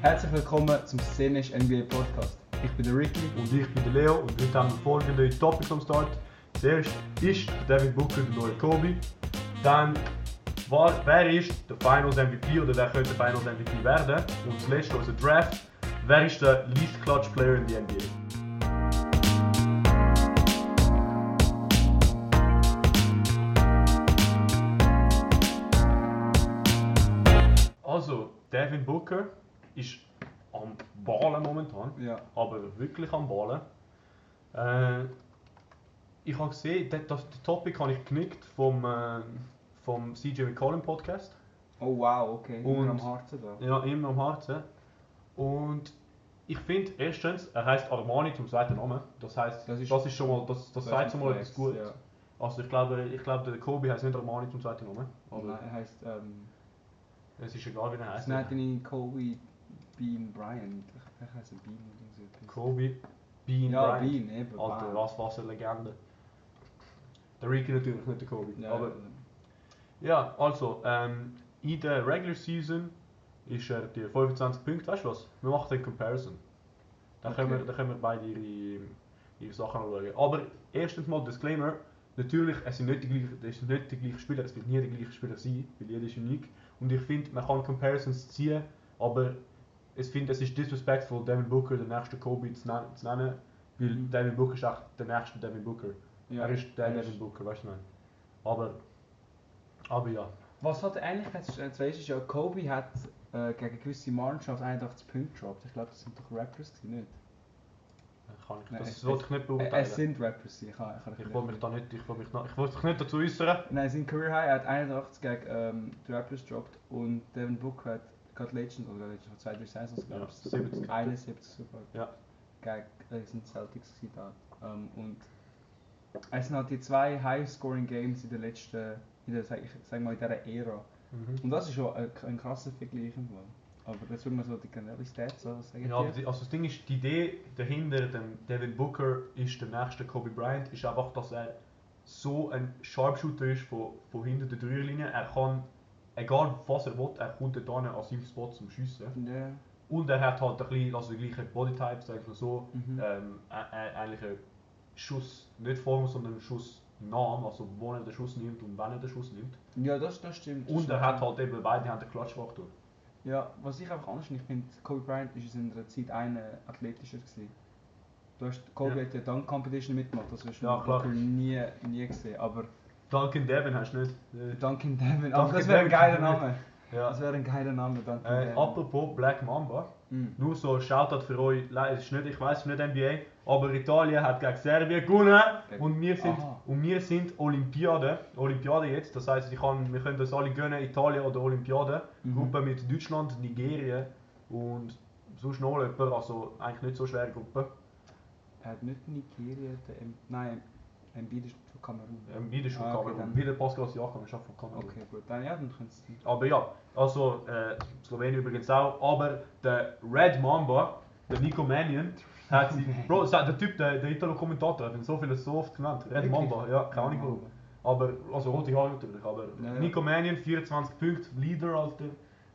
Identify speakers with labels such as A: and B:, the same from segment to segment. A: herzlich willkommen zum Szenisch NBA Podcast. Ich bin der Ricky.
B: Und ich bin der Leo und heute haben wir folgende Topics am Start. Zuerst ist der David Booker der neue Kobe. Dann war, wer ist der Finals MVP oder wer könnte Finals MVP werden? Und zuletzt unser Draft. Wer ist der least clutch player in der NBA? Also, Devin Booker ist am Ballen momentan.
A: Ja.
B: aber wirklich am Ballen. Äh, ich habe gesehen, das, das, das Topic habe ich genickt vom, äh, vom CJ McCollum Podcast.
A: Oh wow, okay. Immer
B: Und-
A: am Herzen da.
B: Ja, immer am Herzen. Und ich finde, erstens, er heißt Armani zum zweiten Namen. Das heißt,
A: Das
B: das
A: ist-
B: ist, schon mal, das, das,
A: ist
B: sagt
A: ein
B: schon mal
A: Flex,
B: etwas gut.
A: Ja.
B: Also ich glaube, ich glaube, der Kobe heißt nicht Armani zum zweiten Namen. Aber
A: Nein, er heisst ähm,
B: es ist egal, wie er heißt.
A: Anthony Kobe Bean Bryant. Ich heiße Bean oder so etwas.
B: Kobe Bean
A: ja,
B: Bryant.
A: Bean, eben.
B: Alter,
A: Bryant.
B: was, was eine Legende. Der Ricky natürlich, nicht der Kobe.
A: Ja,
B: aber Ja, also, ähm, in der Regular Season ist er die 25 Punkte. Weißt du was? Wir machen den Comparison. Dann, können,
A: Okay.
B: wir, dann können wir beide ihre, ihre Sachen anschauen. Aber erstens mal Disclaimer: Natürlich, es sind nicht die gleichen, es sind nicht die gleichen Spieler, es wird nie der gleiche Spieler sein, weil jeder ist unik. Und ich finde, man kann Comparisons ziehen, aber ich finde, es ist disrespectful, Devin Booker den nächsten Kobe zu, nen- zu nennen, weil
A: Mhm.
B: Devin Booker ist echt der nächste Devin Booker.
A: ja,
B: er ist der
A: er
B: Devin Booker, weißt du, nein. Aber, aber ja.
A: Was hat eigentlich jetzt jetzt weisst du ja, Kobe hat äh, gegen gewisse Mannschaften 81 Punkte gedroppt. Ich glaube, das sind doch Rappers gewesen, nicht?
B: Kann ich,
A: Nein,
B: das
A: es-
B: wollte ich nicht
A: Äh,
B: beurteilen.
A: es sind Rappers, gewesen, ich kann, ich kann
B: ich wollte mich da nicht, ich wollte mich, noch- ich wollte mich nicht dazu äußern.
A: Nein, sein Career High er hat 81 gegen ähm, die Raptors gedroppt und Devin Booker hat gerade letztens, oder letztens vor zwei, drei Saisons,
B: Ja,
A: glaube ich,
B: 70.
A: 71 sogar.
B: Ja.
A: Gegen äh, sind die Celtics gewesen da. Ähm, und es sind halt die zwei High-Scoring-Games in der letzten, in der, sag ich sag mal, in dieser Ära. Und das ist schon ein, ein krasser Vergleich irgendwo. Aber jetzt will man so die generelle Stats, oder? Was sagen
B: Ja, aber
A: die?
B: die, also das Ding ist, die Idee dahinter, dem Devin Booker ist der nächste Kobe Bryant, ist einfach, dass er so ein Sharpshooter ist von, von hinter der Dreierlinie. Er kann, egal was er will, er kommt dort hin an seinem Spot zum Schiessen.
A: Ja.
B: Und er hat halt ein bisschen, also den gleichen Bodytype, sag ich mal so.
A: Mhm.
B: ähm, ä- ä- eigentlich einen Schuss, nicht Form, sondern einen Schussnamen, also wo er den Schuss nimmt und wann er den Schuss nimmt.
A: ja, das, das stimmt. das
B: Und er
A: stimmt.
B: hat halt eben beide haben den Klatschfaktor.
A: Ja, was ich einfach anders finde, ich finde, Kobe Bryant ist in seiner Zeit einer athletischer gewesen. Du hast, Kobe
B: Ja.
A: hat ja Dunk Competition mitgemacht, das wirst du
B: Ja,
A: mit
B: klar.
A: Booker nie, nie gesehen. Aber
B: Duncan Devin hast du nicht. Äh,
A: Duncan Devin, aber
B: Duncan
A: das wäre ein
B: Devin.
A: geiler Name.
B: ja.
A: Das wäre ein geiler Name, Duncan
B: Äh,
A: Devin.
B: apropos Black Mamba,
A: Mhm.
B: nur so ein Shoutout für euch, Le- es ist nicht, ich weiß nicht NBA, aber Italien hat gegen Serbien gewonnen
A: Gegen-
B: und wir sind,
A: Aha.
B: und wir sind Olympiade, Olympiade jetzt, das heißt, ich kann, wir können das alle gönnen, Italien oder Olympiade,
A: Mhm.
B: Gruppe mit Deutschland, Nigerien und sonst noch jemand, also eigentlich nicht so schwere Gruppe.
A: Er hat nicht Nigeria, der M nein, Embiid ist von Kamerun.
B: Ähm, wieder schon
A: Ah, okay,
B: Kamerun,
A: dann-
B: wieder Pascal Siakam ist auch von Kamerun.
A: Okay, gut, dann ja, dann können sie...
B: Aber ja, also äh, Slowenien übrigens auch, aber der Red Mamba, der Nico Mannion, hat sie, Bro, sa- der Typ, der, der Italo-Kommentator, hat ihn so viele so oft genannt. Red
A: Wirklich?
B: Mamba, ja, keine Ahnung warum. Aber, also rote Haare natürlich, aber
A: Ja, ja.
B: Nico Mannion, 24 Punkte, Leader, Alter.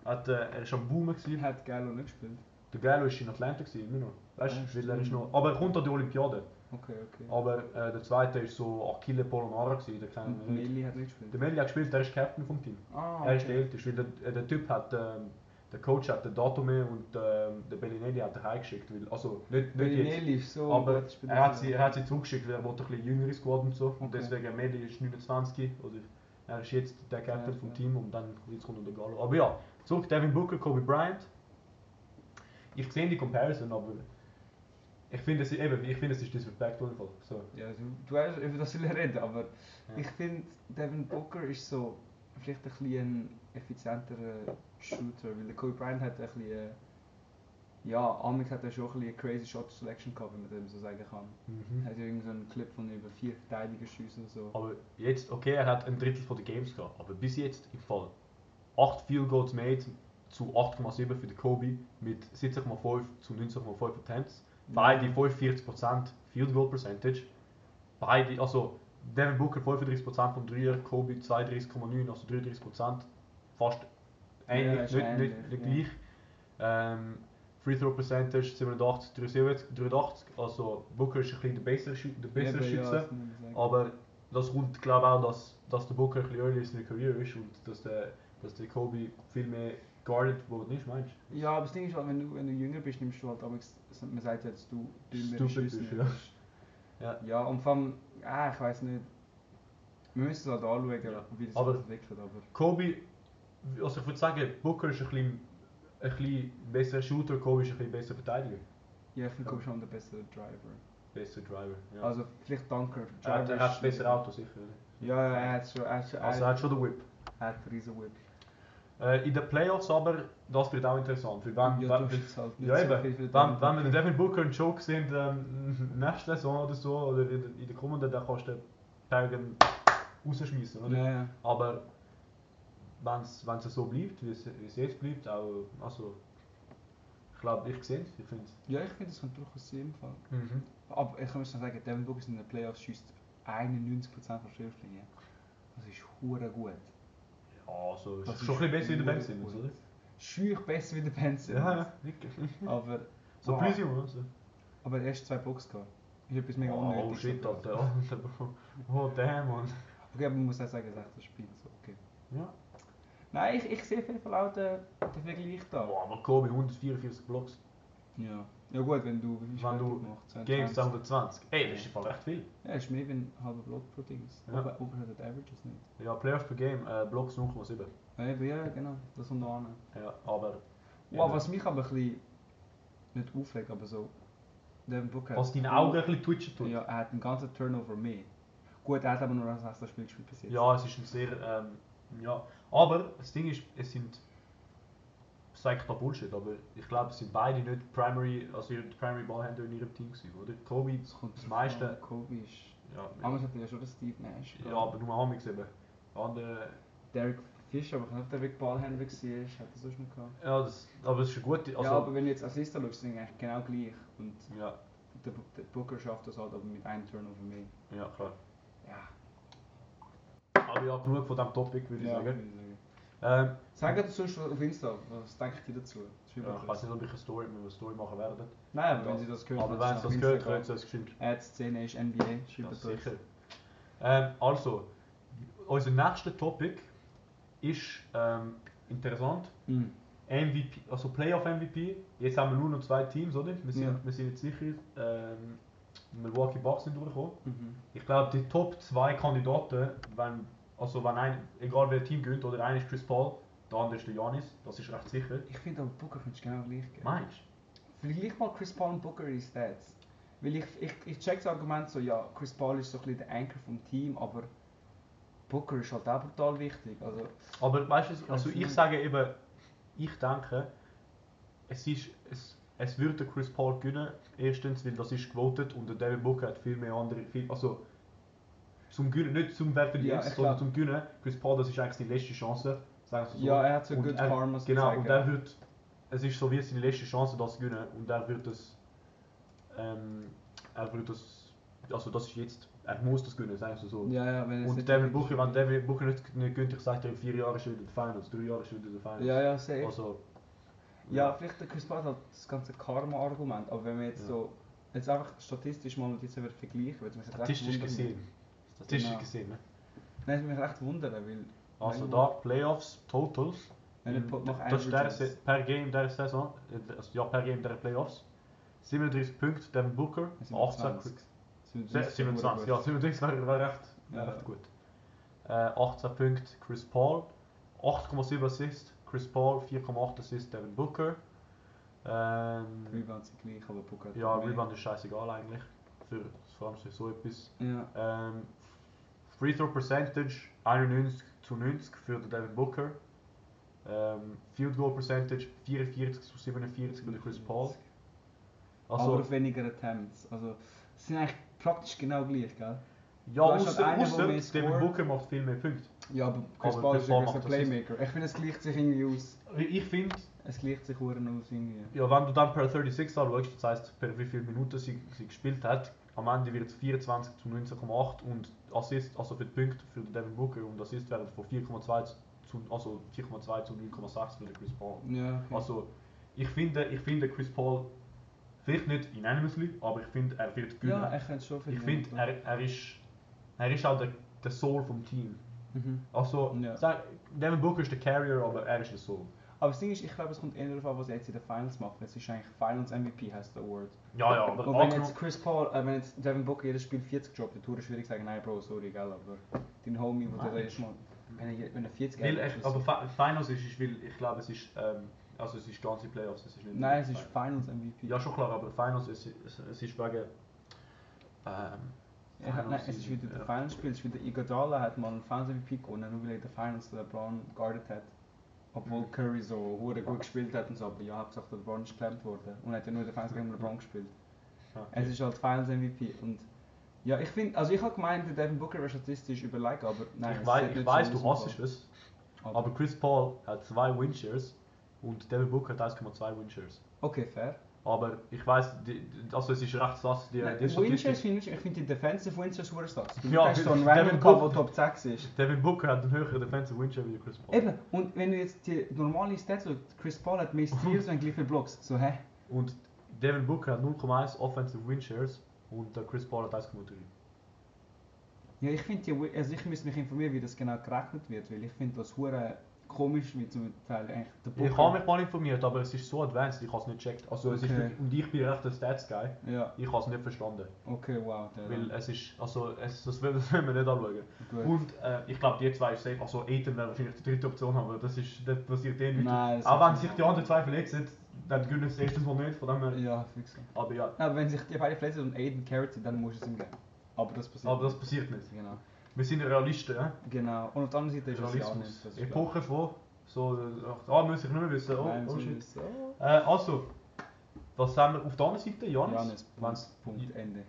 B: Hat, äh, er ist am Boomen
A: Er
B: gewesen.
A: hat geil und nicht gespielt.
B: Der Gelo ist in Atlanta gewesen, immer noch. Weißt
A: Ja,
B: du, weil er ist
A: stimmt.
B: noch, aber er kommt an die Olympiade.
A: Okay, okay.
B: Aber äh, der zweite ist so Achille Polonara gewesen, den kennen
A: Und
B: wir äh, nicht.
A: Meli hat nicht
B: Der
A: gespielt.
B: Meli hat gespielt, der ist Captain vom Team.
A: Mhm. Ah,
B: Er ist der Älteste, weil der, der Typ hat, ähm, der Coach hat den Datume und ähm, der Bellinelli hat er heimgeschickt, weil, also nicht, nicht jetzt,
A: Meli ist so ein
B: aber
A: guter Spieler.
B: er hat, sie, er hat sie zurückgeschickt, weil er wollte ein bisschen jüngere Squad und so und
A: Genau, Okay.
B: deswegen Meli ist 29 oder er ist jetzt der Captain
A: Ja,
B: vom
A: ja.
B: Team und dann jetzt kommt noch der Gallo. Aber ja, zurück Devin Booker, Kobe Bryant. Ich sehe die Comparison, aber ich finde es eben, ich finde es ist disrespectful einfach. So.
A: Ja, dus du, du weißt, über das will ich reden, aber
B: Ja.
A: ich finde, Devin Booker ist so vielleicht ein bisschen ein effizienterer Shooter, weil der Kobe Bryant hat ein bisschen, äh, ja, Amix hat er schon ein bisschen eine crazy Shot Selection gehabt, wenn man dem so sagen kann. Er
B: Mhm.
A: hat ja irgend so einen Clip von über vier Verteidiger schiessen oder so.
B: Aber jetzt, okay, er hat ein Drittel von den Games gehabt, aber bis jetzt im Fall 8 Field Goals made zu 8,7 für den Kobe mit 70,5 zu 90,5 Attempts. Beide 45% Field Goal Percentage. Beide, also Devin Booker 35% vom Dreier, Kobe 32,9, also 33%. Fast ähnlich,
A: ist
B: nicht,
A: ähnlich,
B: nicht, nicht
A: ja.
B: gleich. Ähm, Free Throw Percentage 87, 73, 83. Also Booker ist ein bisschen der bessere, Schü- der bessere
A: Eben, ja,
B: Schütze.
A: das muss ich sagen.
B: Aber das kommt, glaube ich, auch, dass, dass der Booker ein bisschen earlier in seiner Karriere ist und dass der, dass der Kobe viel mehr guardet, wo du nicht meinst.
A: Ja, aber das Ding ist halt, wenn du, wenn du jünger bist, nimmst du halt, aber es- man sagt jetzt, du
B: Stupid bist, ja.
A: Ja.
B: Ja.
A: ja, und vor allem, ah, ich weiß nicht. Wir müssen es halt anschauen,
B: Ja.
A: wie das
B: Aber-
A: sich entwickelt. Aber
B: Kobe, also ich würde sagen, Booker ist ein bisschen, ein bisschen besserer Shooter, Kobe ist ein bisschen besserer Verteidiger.
A: ja, ich finde,
B: Ja.
A: Kobe ist schon der bessere Driver.
B: Besser Driver. Ja.
A: Also, vielleicht Dunker.
B: er hat, er
A: Driver
B: hat
A: ist-
B: bessere Auto, sicher. oder?
A: Ja, ja, er hat schon. Er hat, schon,
B: Also er
A: er
B: hat schon den Whip.
A: er hat einen riesen Whip.
B: Äh, in den Playoffs aber, das wird auch interessant. Für
A: ja,
B: wen, wen,
A: du hast halt
B: ja, eben.
A: viel für
B: Wenn,
A: Dunker.
B: wenn wir den Devin Booker und Joke sind, ähm, nächste Saison oder so, oder in der- in der kommenden, dann kannst du den Teigen rausschmeißen, oder?
A: Ja, ja.
B: Aber wenn es so bleibt, wie es wie es jetzt bleibt, auch, also, ich glaube, ich sehe es, ich finde es.
A: ja, ich finde, das kann durchaus sein. im Fall. Aber ich muss schon sagen, Devin Booker ist in den Playoffs schießt 91% von Schriftlinien. Das ist hure gut.
B: Ja, also,
A: Das
B: ist schon ein bisschen besser wie der Ben Simmons,
A: gut.
B: oder?
A: Schüch besser wie der Ben Simmons.
B: wirklich.
A: Aber,
B: So
A: Wow.
B: plus Junge, also.
A: aber erst zwei Blocks gehabt. Ist etwas mega
B: Oh,
A: unnötig.
B: oh shit, Alter. Alter, Bro. Oh, damn, Mann.
A: Okay, aber man muss auch sagen, es ist echt ein Spiel. So. Okay.
B: Ja.
A: Nein, ich, ich sehe auf jeden Fall auch den, den Vergleich da.
B: Oh, aber Kobe, 144 Blocks.
A: Ja. ja gut, wenn du... wie viel
B: Wenn du
A: gemacht? 22?
B: Games 220. Ey, das ist im Fall recht viel.
A: Ja, ist mehr wie ein halber Block pro Dings.
B: Ja.
A: Aber Overhead Averages nicht.
B: Ja, Playoffs per Game, äh, Blocks 0,7.
A: Ja, eben, ja, genau. Das kommt noch an.
B: Ja, aber
A: Wow,
B: Eben.
A: was mich aber ein bisschen... Nicht aufregt, aber so... Devin Booker...
B: was
A: hat-
B: deine Augen ein bisschen twitchen tut. Ja,
A: Ja, er hat einen ganzen Turnover mehr. Gut, er hat aber nur ein 16 Spiel gespielt bis jetzt.
B: es ist ein sehr, ähm, ja. Aber das Ding ist, es sind, sage ich da Bullshit, aber ich glaube, es sind beide nicht Primary, also ihre Primary Ballhändler in ihrem Team gewesen, oder? Kobe,
A: Das kommt
B: Das
A: drauf an.
B: meiste-
A: Kobe ist...
B: ja,
A: Anders hat er ja schon den Steve Nash.
B: ja, aber nur Amix eben. Andere,
A: Derek Fischer, aber ich weiß nicht, ob der Big Ballhändler war, hat er sonst noch gehabt.
B: ja, das, aber es ist eine gute, also,
A: ja, aber wenn du jetzt Assisten schaust, sind eigentlich genau gleich. Und
B: ja,
A: der, Bu- der Booker schafft das halt aber mit einem Turnover mehr.
B: ja, klar.
A: Ja,
B: Aber ja, genug von diesem Topic, würde ich sagen.
A: würde ich sagen.
B: Ähm,
A: Sag uns sonst auf Insta, was denkt ihr dazu? Schreibt
B: ja,
A: uns.
B: ich weiß nicht, ob ich eine Story, ob wir eine Story machen werden.
A: Nein, aber wenn sie das gehört
B: aber
A: haben,
B: wenn es
A: auf
B: das gehört,
A: Instagram.
B: könnt ihr es geschrieben.
A: Äh, die Szene ist NBA, schreibt
B: Das
A: uns.
B: sicher. Ähm, also, unser nächster Topic ist ähm, interessant.
A: Mhm.
B: MVP, also Playoff MVP. Jetzt haben wir nur noch zwei Teams, oder? Wir sind,
A: Ja.
B: wir sind jetzt sicher, ähm, Milwaukee Bucks sind durchgekommen.
A: Mhm.
B: Ich glaube, die Top 2 Kandidaten, wenn, also wenn ein, egal wer Team gönnt, oder einer ist Chris Paul, der andere ist der Janis, das ist recht sicher.
A: Ich finde aber Booker findest du genau gleich. Gell?
B: Meinst
A: Vergleich mal Chris Paul und Booker in die Stats. Weil ich, ich, ich check das Argument so, ja, Chris Paul ist so ein bisschen der Anker vom Team, aber Booker ist halt auch brutal wichtig. Also,
B: du? Aber weißt
A: Ich
B: du,
A: weiß
B: also ich
A: nicht.
B: sage eben, ich denke, es ist, es, es würde Chris Paul gewinnen, erstens, weil das ist gewotet und der Devin Booker hat viel mehr andere, viel, also zum Gewinnen, nicht zum Wer
A: Ja,
B: verliert,
A: ich
B: sondern
A: glaub-
B: zum Gewinnen. Chris Paul, das ist eigentlich seine letzte Chance, sagen wir so.
A: ja, er hat so
B: Und
A: gut
B: er-
A: Karma
B: Genau,
A: sozusagen.
B: und er wird, es ist so wie seine letzte Chance, das zu gewinnen und er wird das, ähm, er wird das, also das ist jetzt, er muss das gewinnen, sagen wir so.
A: Ja, ja, wenn es
B: Und
A: nicht
B: Devin
A: wirklich-
B: Booker, wenn Devin Booker nicht, nicht gönnt, ich sage dir, in vier Jahren ist er wieder in den Finals, drei Jahre ist er wieder in den Finals.
A: Ja, ja, safe.
B: Also,
A: ja, vielleicht der Chris Paul hat das ganze Karma-Argument, aber wenn wir jetzt
B: Ja.
A: so, jetzt einfach statistisch mal Notizen würden vergleichen, würde es mich jetzt recht
B: statistisch
A: wundern.
B: gesehen. Statistisch
A: Genau.
B: gesehen, ne?
A: Nein, es würde mich recht wundern, weil...
B: Also
A: Genau. Nein.
B: da, Playoffs, Totals.
A: Wenn
B: im-
A: er po- noch
B: das ist der,
A: averages.
B: Se- per Game der Saison, äh, also ja, per Game der Playoffs. 37 Punkte, Devin Booker, 18
A: 27.
B: Punkte. 27, ja, 37 wäre wär recht, wär
A: Ja.
B: recht gut. Äh, 18 Punkte Chris Paul, 8,7 Assists Chris Paul, 4,8 Assists Devin Booker. Ähm,
A: Rebound sind gleich, aber Booker hat
B: ja,
A: mehr.
B: Rebound ist scheißegal eigentlich, für, vor allem für so etwas.
A: Ja,
B: Ähm, Free Throw Percentage 91 zu 90 für den Devin Booker. Ähm, Field Goal Percentage 44 zu 47 für den Chris Paul.
A: aber
B: Also,
A: auf weniger Attempts. Also, sie sind eigentlich praktisch genau gleich, gell?
B: ja,
A: da ist halt
B: außer,
A: einer, der
B: außer
A: mehr
B: Devin
A: scored.
B: Booker macht viel mehr Punkte.
A: Ja, aber Chris
B: Aber
A: Paul
B: Chris
A: ist
B: Paul
A: ein großer
B: macht Assists.
A: Playmaker. Ich finde, es gleicht sich irgendwie aus.
B: Ich finde,
A: Es gleicht sich Huren aus irgendwie.
B: ja, wenn du dann per 36 anschaust, das heisst, per wie viele Minuten sie, sie gespielt hat, am Ende wird es 24 zu 19,8 und Assist, also für die Punkte für den Devin Booker und Assist werden von 4,2 zu, also 4,2 zu 9,6 für den Chris Paul.
A: Ja, okay.
B: Also, Ich finde, ich finde Chris Paul, vielleicht nicht unanimously, aber ich finde, er wird gewinnen.
A: Ja, er könnte schon
B: ich
A: verlieren,
B: finde,
A: klar.
B: er, er ist, er ist auch der, der Soul vom Team.
A: Mhm.
B: Also,
A: Ja.
B: sag, Devin Booker ist der Carrier, aber er ist der Soul.
A: Aber das Ding ist, ich glaube, es kommt eher darauf an, was er jetzt in den Finals macht. Es ist eigentlich Finals MVP, heißt der Award.
B: Ja, ja, aber
A: Und wenn
B: angenommen-
A: jetzt Chris Paul, äh, wenn jetzt Devin Booker jedes Spiel 40 droppt, dann tut er schwierig sagen, nein, Bro, sorry, gell, aber dein Homie, wo du da
B: Nein.
A: erstmal, wenn er, je- wenn er 40
B: Weil
A: hat,
B: ich,
A: ist-
B: aber Fi- Finals ist, ist weil ich glaube, es ist, ähm, also es ist ganze Playoffs, es ist nicht
A: Nein, es ist Finals MVP.
B: Ja, schon klar, aber Finals, es, es, es ist wegen... Ähm,
A: Er hat, nein,
B: Finals
A: es ist wieder
B: ja.
A: der Finals-Spiel, es ist wieder Iguodala hat mal einen Finals MVP gewonnen, nur weil er in den Finals den LeBron guarded hat. Obwohl
B: Mhm.
A: Curry so hure gut gespielt hat und so, aber ja, Hauptsache der LeBron ist geklemmt worden und er hat ja nur in den Finals gegen LeBron gespielt.
B: ja.
A: Es ist halt Finals MVP und ja, ich finde, also ich habe gemeint, der Devin Booker wäre statistisch überlegen, aber nein,
B: ich
A: es
B: weiß,
A: sollte
B: ich
A: nicht
B: weiß
A: so
B: du hasst
A: rauskommen.
B: es, aber Chris Paul hat zwei Winshares und Devin Booker hat 1,2 Winshares.
A: Okay, fair.
B: Aber ich weiß, die, die- also es ist recht sass, die,
A: Nein,
B: die
A: Winchers
B: Statistik.
A: finde ich, ich finde die Defensive Winchers hure stark. Du
B: Ja,
A: ja, hast so einen
B: Devin
A: random Cover,
B: Booker-
A: der Top 6 ist.
B: Devin Booker hat einen höheren Defensive Winshare wie Chris Paul.
A: Eben, und wenn du jetzt die normale Stats schaust, Chris Paul hat mehr Steals und gleich viele Blocks. So, hä?
B: Und Devin Booker hat 0,1 Offensive Winshares und der Chris Paul hat 1,3.
A: Ja, ich finde, die Wi- also ich müsste mich informieren, wie das genau gerechnet wird, weil ich finde das hure komisch, wie zum Teil eigentlich der
B: Ich habe mich mal informiert, aber es ist so advanced, ich habe es nicht gecheckt. Also es ist
A: Okay.
B: wirklich, und ich bin recht ein Stats-Guy,
A: Ja,
B: ich habe es nicht verstanden.
A: okay, wow, der.
B: Weil es ist, also es, das will das will man nicht anschauen.
A: gut.
B: Und äh, ich glaube, die zwei ist safe, also Aiden wäre wahrscheinlich die dritte Option, aber das ist, das passiert eh nicht.
A: Nein, das
B: Auch wenn
A: ist-
B: sich die anderen zwei verletzen, dann gönnen sie erstens mal nicht, von dem her.
A: Ja, fix. Nein,
B: Aber ja,
A: Aber wenn sich die beiden verletzen und Aiden carried sind, dann musst du es ihm geben. Aber das passiert.
B: aber das passiert nicht.
A: nicht. Genau.
B: Wir sind Realisten, ja?
A: Genau. Und auf der anderen Seite ist es ja auch nicht.
B: Realismus.
A: das ist klar.
B: Epoche von, so, äh, ah, muss ich nicht mehr wissen, oh,
A: Nein,
B: oh
A: so
B: shit.
A: ist es. Oh.
B: Äh, also, was haben wir auf der anderen Seite? Janis?
A: Janis,
B: Wenn's-
A: Punkt, Punkt, Ende.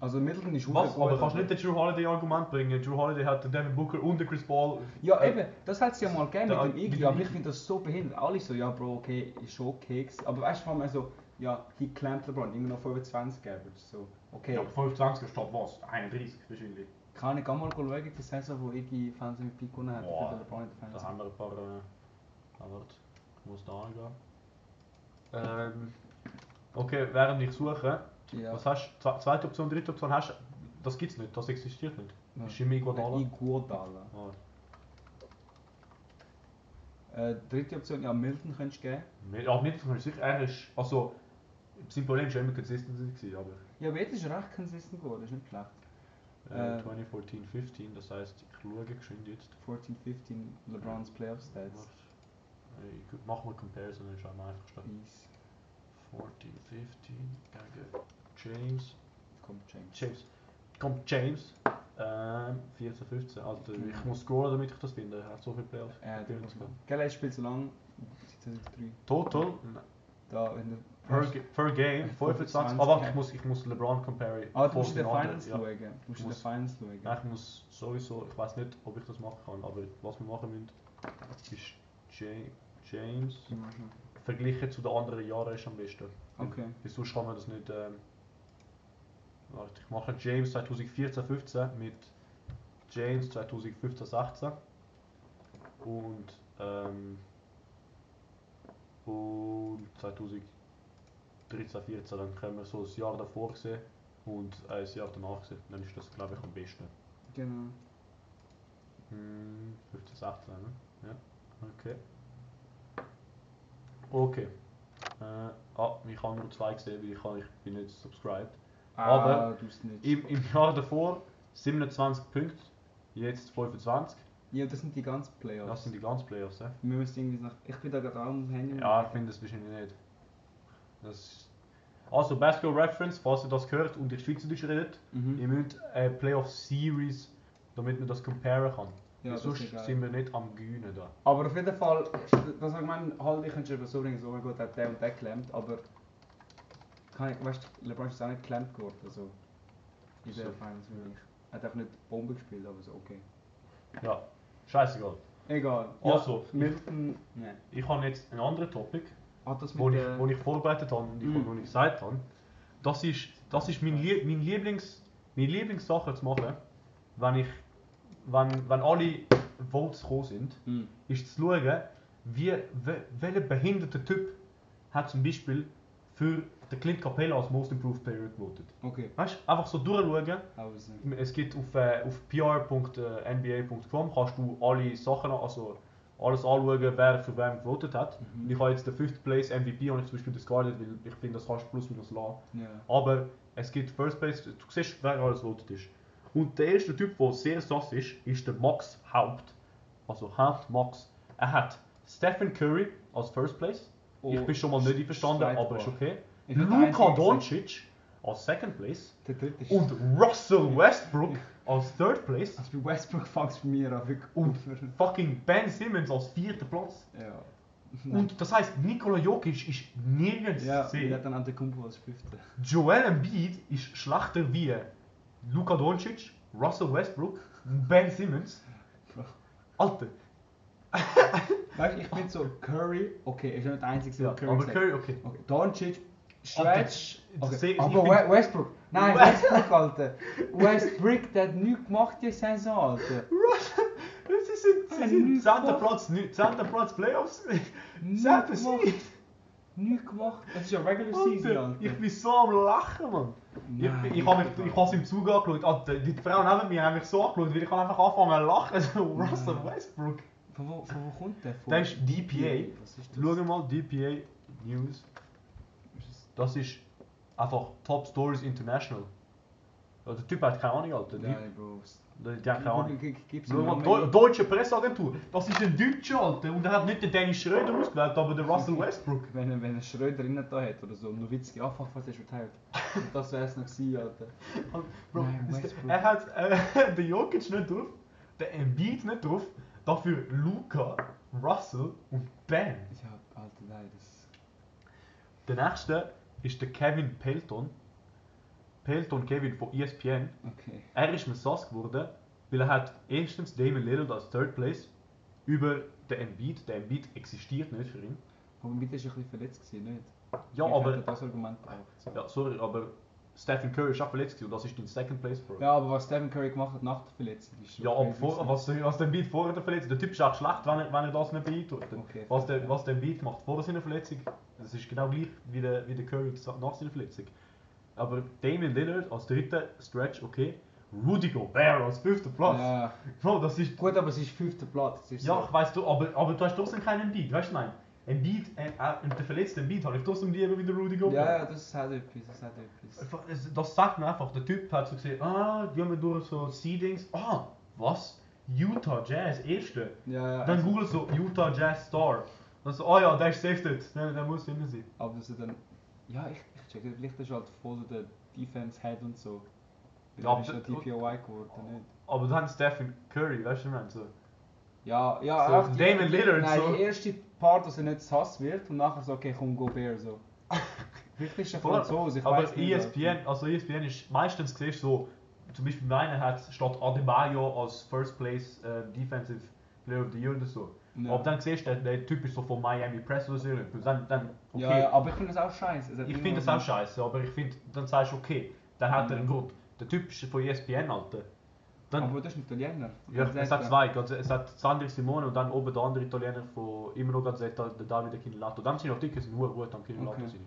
A: Also Middleton ist
B: Was?
A: verdammt
B: Aber
A: gut,
B: kannst du nicht den Drew Holiday Argument bringen? Drew Holiday hat den Devin Booker und den Chris Paul.
A: Ja,
B: Äh,
A: eben, das hat es ja mal gegeben
B: da-
A: mit dem
B: mit
A: Iggy,
B: dem
A: aber ich
B: Iggy.
A: finde das so behindert. Alle so, ja Bro, okay, ist okay. gewesen. Aber weißt du, vor allem so, ja, die klemmt LeBron, immer noch 25 gegeben. So, okay.
B: Ja, aber 25 statt was? 31 wahrscheinlich.
A: Kann ich auch mal schauen, die Saison, wo Iggy Fans mit Pico hat,
B: Boah,
A: für den LeBron in der
B: Da
A: Fans.
B: haben wir ein paar. Äh, ah, warte, ich muss da angehen. Ähm, okay, während ich suche,
A: Ja,
B: was hast du? Zwe- Zweite Option, dritte Option hast du? Das gibt's nicht, das existiert nicht.
A: Nein.
B: Jimmy Guadala.
A: Nein, Iguodala.
B: Ah,
A: Äh, dritte Option, ja, Milton könntest du geben.
B: mit- Ja, mit kannst du ah, sicher. Er ist. Also, sein Problem war immer Consistency, gewesen, aber.
A: Ja, aber jetzt ist er recht consistent geworden, ist nicht schlecht.
B: Äh,
A: Äh.
B: 2014, 15, das heißt, ich schaue geschwind jetzt.
A: 14, 15, LeBrons Playoff-Stats.
B: Warte. Äh, Ich mach mal Comparison, dann schauen wir einfach statt.
A: Easy.
B: 14, 15, gegen James.
A: Komm, James.
B: James. Kommt James. Ähm, 14, 15. Also ich
A: Genau.
B: muss scoren, damit ich das finde. Er hat so viel Playoffs.
A: Äh, der
B: Appearance gehabt.
A: Gell, er spielt so lange, seit 2003.
B: Total
A: Da, wenn der.
B: per, ge- per game 25.
A: 25,
B: Aber warte,
A: ja.
B: ich muss, ich muss LeBron compare.
A: Ah, du
B: vor
A: musst in den
B: anderen,
A: Finals
B: ja.
A: schauen. Du musst in den
B: Muss-
A: Finals schauen.
B: Nein, ich muss sowieso, ich weiß nicht, ob ich das machen kann, aber was wir machen müssen, ist Ja- James
A: Mhm.
B: verglichen zu den anderen Jahren ist am besten.
A: Okay.
B: Weil sonst kann man das nicht. Ähm, warte, ich mache James 2014 15 mit James 2015 16 und ähm, und 2013 14 dann können wir so das Jahr davor sehen und ein Jahr danach sehen. Dann ist das glaube ich am besten.
A: Genau.
B: Hm, 15, 16, ne? Ja, okay. Okay. Äh, ah, ich habe nur zwei gesehen, weil ich, kann, ich bin nicht subscribed. Aber
A: ah, du bist nicht.
B: Im, Im Jahr davor 27 Punkte, jetzt 25.
A: ja, das sind die ganzen Playoffs.
B: Das sind die ganzen Playoffs, ne?
A: Wir müssen irgendwie nach. Ich bin da gerade auch am Handy.
B: Ja, ich finde das wahrscheinlich nicht. Das ist- also, Basketball Reference, falls ihr das gehört und ihr Schweizerdeutsch redet, ihr
A: Mhm.
B: müsst eine Playoff Series, damit man das comparen kann.
A: Ja, das
B: Sonst
A: ist egal.
B: sind wir nicht am Grünen da.
A: Aber auf jeden Fall, das habe ich gemeint, halt, ich könnte schon so bringen, so mein Gott, hat der und der geklemmt, aber. Kann ich, weißt du, LeBron ist auch nicht geklemmt geworden, also. In
B: So.
A: der Finals für mich. Er hat auch nicht Bombe gespielt, aber so, okay.
B: Ja, scheißegal.
A: Egal.
B: Also,
A: Ja, Milton. Nein.
B: Ich habe jetzt ein anderes Topic,
A: Hat das
B: wo
A: mit
B: ich,
A: der.
B: wo ich vorbereitet habe und ich
A: Mm.
B: mm. noch nicht gesagt habe. Das ist, das ist mein, Lie mein Lieblings, meine Lieblingssache zu machen, wenn, ich, wenn, wenn alle Votes gekommen sind,
A: Mhm.
B: ist zu schauen, wie, wel- welcher behinderte Typ hat zum Beispiel für den Clint Capella als Most Improved Player gewotet.
A: Okay,
B: Weißt du, einfach so durchschauen.
A: also.
B: Es gibt auf, äh, auf äh, pr.nba.com kannst du alle Sachen, also alles anschauen, wer für wen gewotet hat. Und ich habe jetzt den 5th Place MVP habe ich zum Beispiel discarded, weil ich finde, das kannst du plus minus lassen.
A: Ja.
B: Aber es gibt First Place, du siehst, wer alles votet ist. Und der erste Typ, der sehr sass ist, ist der Max Haupt. Also Haupt Max. Er hat Stephen Curry als First Place. ich
A: Oh,
B: bin schon mal nicht einverstanden,
A: streitbar.
B: aber ist okay.
A: Ich bin der
B: Luka
A: Einzige, der-
B: Doncic als Second Place.
A: Der dritte ist.
B: Und Russell Westbrook als Third Place.
A: Also bei Westbrook fangst du bei mir an, wirklich
B: Und
A: aufhören.
B: fucking Ben Simmons als vierter Platz.
A: Ja.
B: Und das heißt, Nikola Jokic ist nirgends
A: Ja,
B: gesehen.
A: wir hat dann Antetokounmpo als fünfte.
B: Joel Embiid ist schlechter wie Luka Doncic, Russell Westbrook, Ben Simmons.
A: Bro.
B: Alter,
A: Weißt du, ich bin so Curry, nou okay, ich bin nicht der Einzige, der
B: ja,
A: Curry
B: aber
A: gesagt
B: Curry, okay.
A: Okay, Doncic,
B: Alter,
A: Stretch.
B: das sehe
A: Okay.
B: ich-
A: Aber
B: ich
A: We
B: bin-
A: Westbrook, nein,
B: We-
A: Westbrook, Alter. Westbrook, der hat nichts gemacht diese Saison, Alter.
B: Sie sind, sie
A: Ein
B: sind
A: Nüchtern.
B: zehnter Platz, nü- zehnter Platz Playoffs.
A: Nichts
B: Selten
A: gemacht. Nichts gemacht. Das ist ja Regular Season,
B: Alter,
A: Alter.
B: ich bin so am Lachen, Mann.
A: Nein,
B: ich ich habe mich- ich habe es im Zug angeschaut. Alter, die Frauen neben mir haben mich so angeschaut, weil ich habe einfach angefangen zu lachen. So, Russell
A: Nein.
B: Westbrook.
A: Von wo, von wo kommt der? Von
B: Dann ist DPA.
A: Was ist das?
B: Schau mal, DPA News.
A: Ist das-
B: Das ist einfach Top Stories International. Ja, der Typ hat keine Ahnung, Alter. Die,
A: Nein, Bro.
B: die, die haben keine Ahnung.
A: G- g- Gib's
B: Schau
A: ihm
B: mal,
A: mal
B: Deu
A: mehr.
B: Deutsche Presseagentur. Das ist ein Deutscher, Alter. Und er hat nicht den Dennis Schröder ausgewählt, aber den Russell Westbrook.
A: Wenn er, wenn er Schröder innen da hat oder so, Nowitzki, ah fuck, was hast du verteilt? Und das wär's noch gewesen, Alter.
B: Bro,
A: Nein,
B: das-
A: Westbrook.
B: er hat äh, den Jokic nicht drauf, den Embiid nicht drauf, dafür Luca, Russell und Ben.
A: Ja, Alter, nein, das...
B: Der nächste ist der Kevin Pelton. Pelton Kevin von E ESPN.
A: Okay.
B: Er ist mir sass geworden, weil er hat erstens Damon Lillard als Third Place über den Embiid. Der Embiid existiert nicht für ihn.
A: Aber mit ist ein bisschen verletzt gewesen, nicht?
B: Ja,
A: Vielleicht hat
B: aber,
A: er das Argument braucht. So.
B: ja, sorry, aber Stephen Curry ist auch verletzt gewesen und das ist dein Second Place Bro.
A: Ja, aber was Stephen Curry gemacht hat nach der Verletzung ist schon
B: Ja, aber
A: crazy
B: vor,
A: gewesen.
B: was, was der Embiid vor der Verletzung, der Typ ist auch schlecht, wenn er, wenn er das nicht beeindruckt.
A: Okay,
B: was, der,
A: fair.
B: was der Embiid macht vor seiner Verletzung, das ist genau gleich wie der, wie der Curry nach seiner Verletzung. Aber Damon Lillard als dritter Stretch, okay. Rudy Gobert als fünfter Platz.
A: Ja.
B: Bro, das ist
A: Gut, aber es ist fünfter Platz. das Ist
B: Ja,
A: so.
B: ich weiss du, aber, aber du hast trotzdem keinen Embiid, weißt du nein? Embiid, äh, äh, und der verletzte Embiid habe ich trotzdem lieber wie der Rudy
A: ja,
B: Gobert.
A: ja, das hat etwas, das hat etwas.
B: Einfach, es- Das sagt mir einfach, der Typ hat so gesehen, ah, die haben durch so Seedings, ah, was? Utah Jazz, erste.
A: Ja, ja.
B: Dann
A: also-
B: google so Utah Jazz Star. Dann so, ah ja, der ist safe dort, der, der muss drin sein.
A: Aber dass er dann. Ja, ich, ich check nicht, vielleicht ist halt voll so der Defense-Head und so.
B: Ja,
A: Dann ist
B: aber- Oh.
A: er DPOY geworden, nicht?
B: Aber dann Stephen Curry, weißt du, was ich meine? So.
A: Ja, ja,
B: So,
A: die-
B: Damon Lillard,
A: Nein,
B: so.
A: die erste Part, dass er nicht sass wird und nachher so, okay, komm, go Bear, so. Vielleicht ist er
B: Voll,
A: Franzose, ich
B: aber
A: weiss nicht,
B: ESPN,
A: Alter.
B: also ESPN ist meistens siehst du so, zum Beispiel meiner hat statt Adebayo als First Place äh, Defensive Player of the Year oder so.
A: Ja.
B: Aber dann siehst du, der, der Typ ist so von Miami Press oder so. irgendwas. Dann, dann okay.
A: Ja, ja, aber ich finde das auch scheiße. Es hat
B: ich
A: immer
B: finde das
A: noch-
B: auch scheiße, aber ich finde, dann sagst du okay, dann hat er einen
A: Mhm.
B: Grund. Der Typ ist von E ESPN, Alter. Dann,
A: Aber das ist ein Italiener.
B: ja, es hat
A: Gazzetta.
B: zwei, Gazze- es hat Sandri Simone und dann oben der andere Italiener von immer noch Gazzetta, der Davide Kinelato. Dann sind auch die Tickets nur gut am Kinelato
A: Okay. Ah,
B: sein.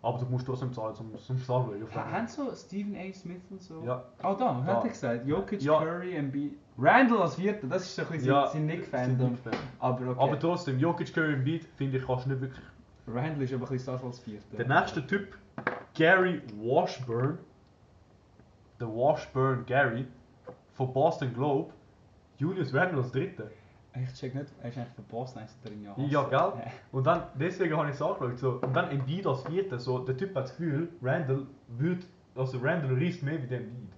B: Aber du musst trotzdem zahlen zum, zum Salver.
A: Ha- Haben so Stephen A. Smith und so?
B: Ja.
A: Oh, da,
B: Da.
A: hat er gesagt. Jokic,
B: Ja.
A: Curry, Embiid. Randall als Vierter, das ist so ein bisschen
B: Ja,
A: sein
B: sind
A: Nick-Fandom.
B: nicht Fan.
A: Aber okay.
B: Aber trotzdem, Jokic, Curry und Beat finde ich kannst du nicht wirklich.
A: Randall ist aber ein bisschen sass als Vierter.
B: Der nächste Typ, Gary Washburn. Der Washburn Gary von Boston Globe. Julius Randle als Dritter.
A: Ich check nicht, er ist eigentlich der Boss, nein, ist drin, ja.
B: Ja, gell? Und dann, deswegen habe ich es angeschaut. So. Und dann Embiid als Vierter. So, der Typ hat das Gefühl, Randall wird. Also Randall reist mehr wie der Embiid.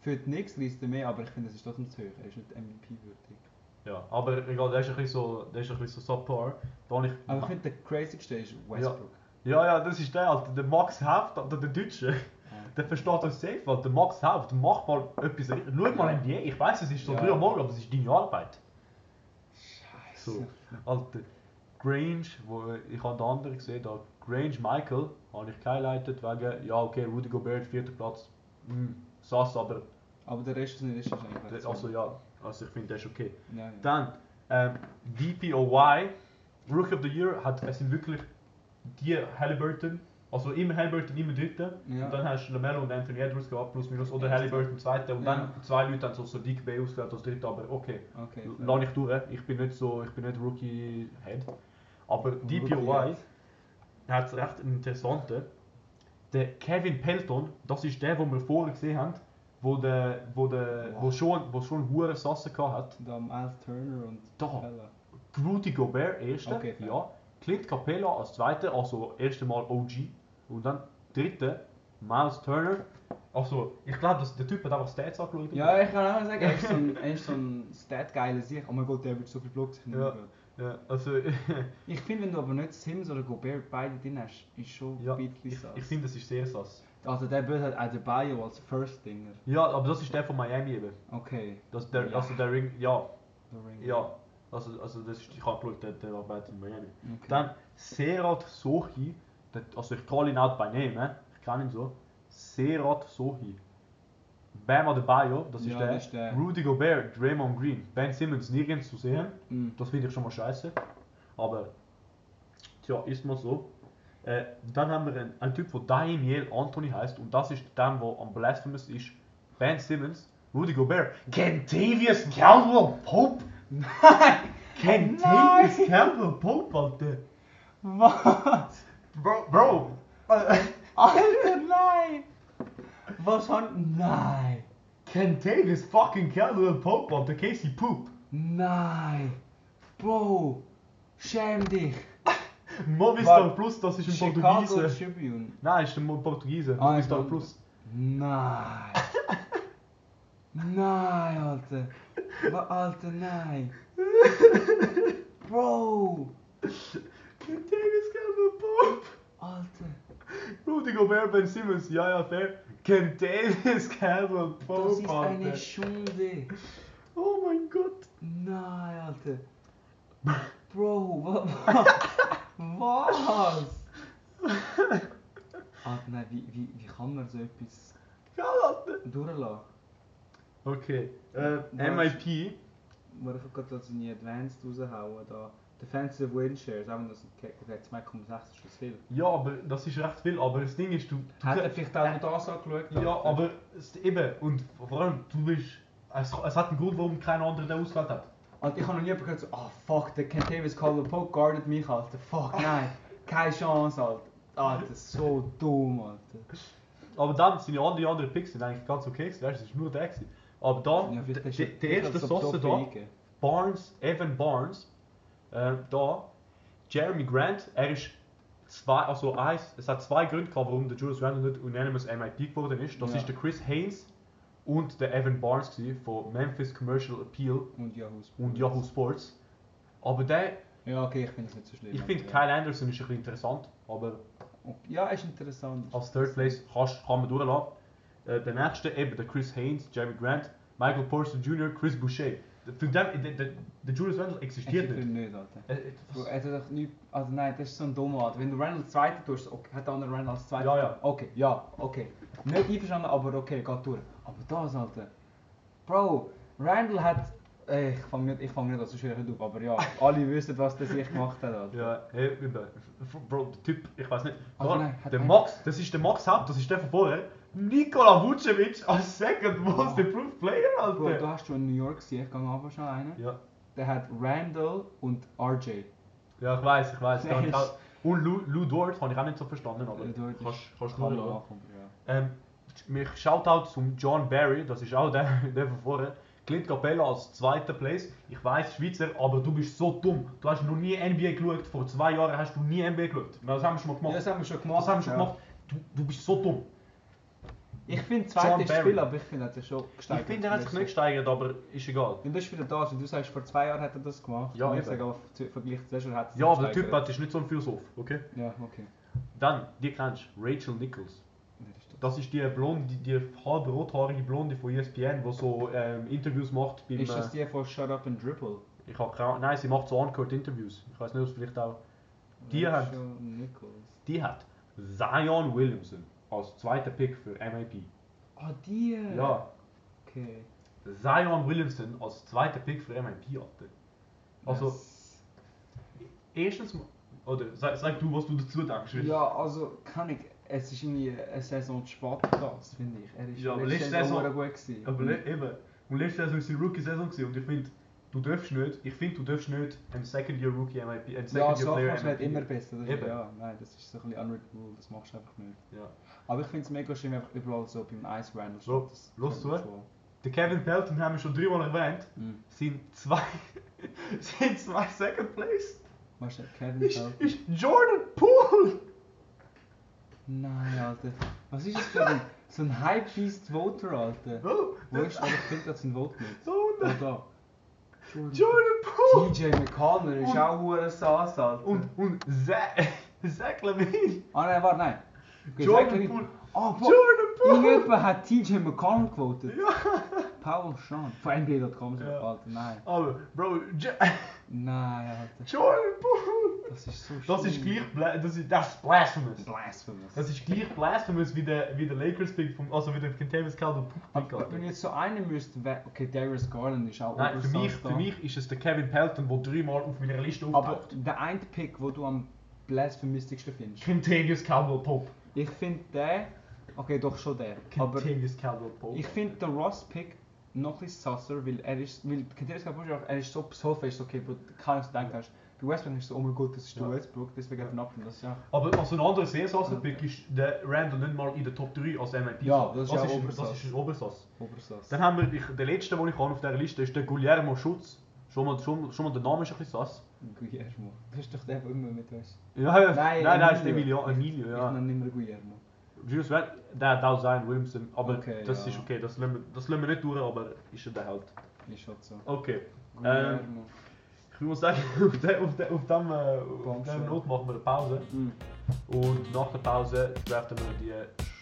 A: Für die Knicks liest er mehr, aber ich finde, es ist trotzdem zu hoch. Er ist nicht MVP-würdig.
B: Ja, aber egal, der ist ein bisschen so, der ist ein bisschen so subpar. Da habe ich,
A: Aber ich finde, der crazyste ist Westbrook.
B: ja, ja, das ist der, Alter. Der Max Haupt, Alter, der Deutsche.
A: Ja.
B: Der versteht euch safe, weil der Max Haupt macht mal etwas richtig. Schau mal NBA, ich weiß es ist so
A: Ja.
B: früh am Morgen, aber es ist deine Arbeit.
A: Scheiße.
B: So, Alter, Grange, wo, ich habe den anderen gesehen, da Grange Michael, habe ich gehighlightet wegen, ja okay, Rudy Gobert, vierter Platz, mm, Sass, aber,
A: Aber der Rest ist nicht, ist eigentlich
B: der,
A: recht
B: also
A: so.
B: ja, also ich finde, der ist okay.
A: ja, ja.
B: Dann, ähm, DPOY, Rookie of the Year, hat, es sind wirklich die Halliburton, also immer Halliburton, immer dritter.
A: Ja.
B: Und dann hast du Lamello und Anthony Edwards gehabt, plus minus, oder Halliburton zweiter. Und dann
A: Ja.
B: zwei Leute haben so, so Dick Bay ausgewählt als dritter, aber okay,
A: okay.
B: okay.
A: fair.
B: lass ich durch. Ich bin nicht so, ich bin nicht Rookie-Head. Aber DPOI
A: Rookie-Head.
B: hat recht interessante. Der Kevin Pelton, das ist der, den wir vorher gesehen haben, wo der, wo der, wo
A: Wow.
B: schon, wo schon hohe Sasse gehabt hat.
A: Da Miles Turner und
B: Da.
A: Capella.
B: Rudy Gobert erster,
A: Okay, fair.
B: ja. Clint Capella als zweiter, also erste Mal OG. Und dann dritter, Miles Turner. Also, ich glaube, dass der Typ hat einfach Stats angeschaut.
A: Ja, nou ich kann auch sagen, er ist so ein, er ist so ein Stat-geiler Sieg. Oh mein Gott, der wird so viel Blocks
B: Ja.
A: nehmen.
B: ja also, ich,
A: Ich finde, wenn du aber nicht Sims oder Gobert beide drin hast, ist schon
B: Ja,
A: ein bisschen
B: ich
A: sass.
B: finde, das ist sehr sass.
A: Also der Böse hat Adebayo als First-Dinger.
B: Ja, aber das ist der von Miami eben.
A: Okay.
B: Das, der,
A: Ja.
B: Also, der Ring, ja,
A: der Ring.
B: ja. Also, also das ist, ich habe geschaut, der, der arbeitet in Miami.
A: Okay.
B: Dann Serat Sohi, der- also ich call ihn out by name, eh? ich kenne ihn so. Serat Sohi. Bam Adebayo, das ist,
A: Ja,
B: der.
A: das ist der.
B: Rudy Gobert, Draymond Green, Ben Simmons nirgends zu sehen.
A: Mm.
B: Das finde ich schon mal scheiße. Aber, tja, ist mal so. Äh, dann haben wir einen, einen Typ, der Daimiel Anthony heißt und das ist der, der am blasphemous ist. Ben Simmons, Rudy Gobert, Kentavious Caldwell Pope.
A: Nein!
B: Kentavious Caldwell Pope, Alter.
A: Was?
B: Bro, Bro!
A: Alter, nein! Was haben... Nein!
B: Ken Davis fucking Caldwell Pope on the Casey Poop.
A: Nein! Bro! Schäm dich!
B: Movistar
A: Warte.
B: Plus, das ist ein
A: Chicago
B: Portugiese.
A: Tribune.
B: Nein, ist ein Mo- Portugiese.
A: Ah,
B: Movistar
A: ich-
B: Plus.
A: Nein! nein, Alter! Wa- Alter, nein! Bro!
B: Ken Davis Caldwell Pope.
A: Alter!
B: Rudy Gobert, Ben Simmons, ja, ja, fair. Ken Davis Caldwell
A: Das
B: Pope,
A: ist eine
B: Alter.
A: Schunde!
B: Oh mein Gott.
A: Nein, Alter! Nou Bro, wa wa- was? Alter, nein, wie, wie, wie kann man so etwas
B: Ja, Alter.
A: durchlassen?
B: Okay, äh,
A: Ja,
B: MIP.
A: Warte, ich hab gerade so meine Advanced raushauen da. Defensive Win Shares, auch wenn das okay, okay, 2,6 ist das viel.
B: Ja, aber das ist recht viel, aber das Ding ist, du... du
A: Hat er vielleicht auch noch das angeschaut?
B: Ja, aber es, eben, und vor allem, du bist. Es, es hat einen Grund, warum kein anderer den ausgewählt hat.
A: Alter, ich habe noch nie jemanden gehört so, ah fuck, der Ken Davis Caldwell Pope guardet mich, Alter. Fuck, nein. Keine Chance, Ah, Alter. Alter, so dumm, Alter.
B: Aber dann sind ja alle die anderen Picks sind eigentlich ganz okay gewesen, weißt du, es ist nur der gewesen. Aber dann,
A: Ja,
B: der,
A: vielleicht
B: der,
A: vielleicht
B: der erste
A: hat's sowieso
B: Sosse da,
A: eingegeben.
B: Barnes, Evan Barnes, äh, da, Jeremy Grant, er ist zwei, also eins, es hat zwei Gründe gehabt, warum der Julius Randle nicht unanimous MIP geworden ist. Das
A: Ja.
B: ist der Chris Haynes und der Evan Barnes gewesen, von Memphis Commercial Appeal
A: Und Yahoo Sports.
B: und Yahoo Sports. Aber der,
A: Ja, okay, ich finde es nicht so schlimm.
B: ich finde
A: Alter.
B: Kyle Anderson ist ein bisschen interessant, aber
A: eh, Ja, ist interessant.
B: Als Third Place kannst, kann man durchlaufen. Äh, der nächste eben der Chris Haynes, Jeremy Grant, Michael Porter Jr., Chris Boucher. Der- Für den, der, der, der Julius Randle existiert
A: Existiert
B: nicht.
A: nicht, Alter.
B: Äh, äh,
A: Du,
B: was-
A: er hat doch nicht, also nein, das ist so ein dummer Alter. Wenn du Reynolds zweite tust, okay, hat der andere Reynolds zweite.
B: Ja, ja.
A: Okay, ja, okay. Nicht einverstanden, aber okay, geht durch. Aber das, Alter. Bro, Randall Eh, hat. Ey, ich fange nicht, ich fang nicht an zu schwören auf, aber ja, alle wissen, was der sich gemacht hat, Alter.
B: Ja, äh, eben. F- Bro, der Typ, ich weiß nicht.
A: Also
B: Klar,
A: nein, hat
B: der
A: er-
B: Max, das ist der Max Haupt, das ist der von vorher. Nikola Vucevic als Second Most
A: Ja.
B: Improved Player,
A: Bro, du
B: Alter.
A: hast schon in New York gesehen, ich gehe aber schon einen.
B: Ja,
A: Der hat Randall und RJ.
B: ja, ich weiß, ich weiß.
A: Nice.
B: Und Lou, Lou Dort habe ich auch nicht so verstanden, aber
A: Lou Dort ist-
B: kannst, kannst du
A: Kann
B: durchlaufen.
A: machen, ja.
B: Ähm, mich Shoutout zum John Barry, das ist auch der, der von vorher. Clint Capella als zweiter Place. Ich weiß Schweizer, aber du bist so dumm. Du hast noch nie NBA geschaut. Vor zwei Jahren hast du nie NBA geschaut. Das haben wir schon mal
A: Ja,
B: gemacht.
A: Das haben wir schon gemacht.
B: das haben wir schon
A: ja.
B: gemacht. Du, du bist so dumm.
A: Ich finde,
B: John
A: zweite ist
B: Barry.
A: viel, aber ich finde, er hat sich schon
B: Ich
A: gesteigert.
B: finde, er hat sich
A: Müssen.
B: nicht gesteigert, aber ist egal.
A: Und das ist wieder das, und du sagst, vor zwei Jahren hat er das gemacht.
B: Ja,
A: und ich
B: eben.
A: sage auch, zu- Vergleich zu Escher hat es
B: Ja, aber der Typ
A: gesteigert.
B: hat, ist nicht so ein Philosoph, okay?
A: Ja, okay.
B: Dann, die kennst du, Rachel Nichols.
A: Nein, das ist doch-
B: Das ist die blonde, die halb rothaarige Blonde von E ESPN, die so ähm, Interviews macht beim...
A: Ist das
B: äh,
A: die von Shut Up and Dribble?
B: Ich hab keine Nein, sie macht so On-Court-Interviews. Ich weiß nicht, ob es vielleicht auch. Die hat-
A: Rachel Nichols.
B: Die hat Zion Williamson als zweiter Pick für MIP.
A: Ah, die!
B: Ja,
A: Okay.
B: Zion Williamson als zweiter Pick für MIP, Alter. Also,
A: Das-
B: erstens, mal- Oder sag, sag du, was du dazu denkst. weil-
A: Ja, also kann ich. Es ist irgendwie eine Saison zu spät das, finde ich. Er ist
B: Ja, aber letzte
A: Jahr
B: Saison-
A: verdammt gut gewesen.
B: Aber le- eben, und letztes Jahr war unsere Rookie-Saison gewesen und ich finde, du darfst nicht, ich finde, du darfst nicht einen Second-Year-Rookie MIP, einen
A: ja,
B: Second-Year-Player
A: Sophomores werden immer besser. Das
B: Eben.
A: ja, nein, das ist so ein bisschen unwritten rule, das machst du einfach nicht.
B: Ja.
A: Aber ich finde es mega schlimm, einfach überall so beim Ice Randall
B: So, los zu. Der Kevin Pelton, haben wir schon dreimal erwähnt,
A: Mhm.
B: sind zwei, sind zwei Second-Place.
A: Weißt du, Kevin
B: Ist,
A: Pelton.
B: ist Jordan Poole!
A: Nein, Alter. Was ist das für ein, so ein Hype-Beast-Voter, Alter?
B: Oh,
A: Wo ist der? Ich finde gerade seinen Vote nicht.
B: so
A: Oh,
B: ne-
A: da.
B: Jordan Poole!
A: DJ McConnell ist
B: Und-
A: auch hure Sass, Alter.
B: Und, und Zach, Zach Levine!
A: Ah nein, warte, nein. Okay,
B: Jordan
A: sag mir-
B: Poole.
A: Oh, boah.
B: Jordan Poole!
A: Irgendjemand hat TJ McConnell gewotet.
B: Ja.
A: Paul Schan. Von NBA.com so,
B: Ja.
A: Alter, nein.
B: Aber, Bro, J
A: Nein, Alter.
B: Jordan Poole!
A: Das ist so
B: Das ist
A: schlimm.
B: gleich, bla- das ist, das ist blasphemous.
A: Blasphemous.
B: Das ist gleich blasphemous wie der, wie der Lakers Pick, vom, also wie der Kentavis Caldwell Pick.
A: Aber wenn
B: Alter.
A: jetzt so einen müsste, wer- okay, Darius Garland ist auch
B: Nein, für mich,
A: Oberstar.
B: für mich ist es der Kevin Pelton, der dreimal auf meiner Liste
A: Aber
B: auftaucht.
A: der eine Pick, wo du am blasphemistischsten findest,
B: Kentavious Caldwell Pope.
A: ich finde den, okay, doch schon der. Aber
B: Kentavious Caldwell Pope.
A: ich finde den Ross-Pick noch ein bisschen sasser, weil er ist, weil Kadyrus Kapusch auch, er ist so besoffen, okay, Bro, kann ich denken, hast. Bei Westbrook ist so, oh mein Gott, das ist der
B: Ja.
A: Westbrook, deswegen hat er ihn abgenommen. Das ist ja,
B: Aber als ein anderer sehr sasser Pick ist der Randall nicht mal in der Top 3 als MIP.
A: Ja, das ist ja
B: das ist,
A: Obersass.
B: das ist ein Obersass.
A: Obersass.
B: Dann haben wir ich, den letzten, den ich habe auf dieser Liste ist der Guillermo Schutz. Schon mal, schon, schon mal der Name ist ein bisschen sass.
A: Guillermo. Das ist doch der, der immer mit uns.
B: Ja, ja. nein, nein, ist Emilio. Emilio,
A: Ich
B: ja.
A: nenne ihn immer Guillermo.
B: Julius Red, der hat auch sein Williamson, aber
A: Okay,
B: das
A: ja.
B: ist okay, das lassen, wir, das lassen wir nicht durch, aber ist er der Held.
A: Ist halt so.
B: Okay,
A: Guillermo.
B: ich muss sagen, auf, de, auf, de, auf dem äh, auf
A: Bombshell.
B: dem Not machen wir eine Pause
A: Mhm.
B: und nach der Pause draften wir eh,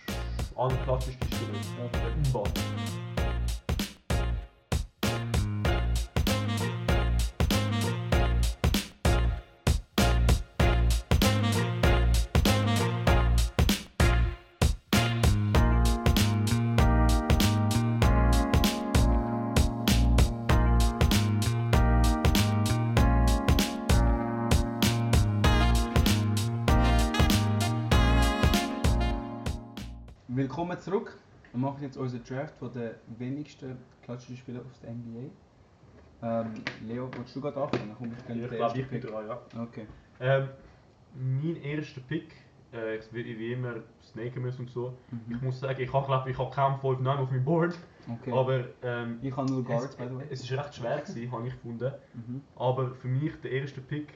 B: die anklassischste Stimme
A: Ja.
B: der U-Bahn.
A: Willkommen zurück. Wir machen jetzt unseren Draft von den wenigsten klatschenden Spieler aus der NBA. Ähm, Leo, willst du gerade anfangen? Dann komme ich gerne
B: Ich
A: mit dem
B: glaube,
A: ersten Pick.
B: ich bin dran, ja.
A: Okay.
B: Ähm, mein erster Pick, äh, ich werde wie immer snaken müssen und so. Ich
A: Mhm.
B: muss sagen, ich habe glaube ich habe kaum 5 Namen auf meinem Board,
A: okay.
B: aber ähm,
A: ich habe nur Guards,
B: es,
A: by the way.
B: es ist recht schwer gewesen, habe ich gefunden.
A: Mhm.
B: Aber für mich der erste Pick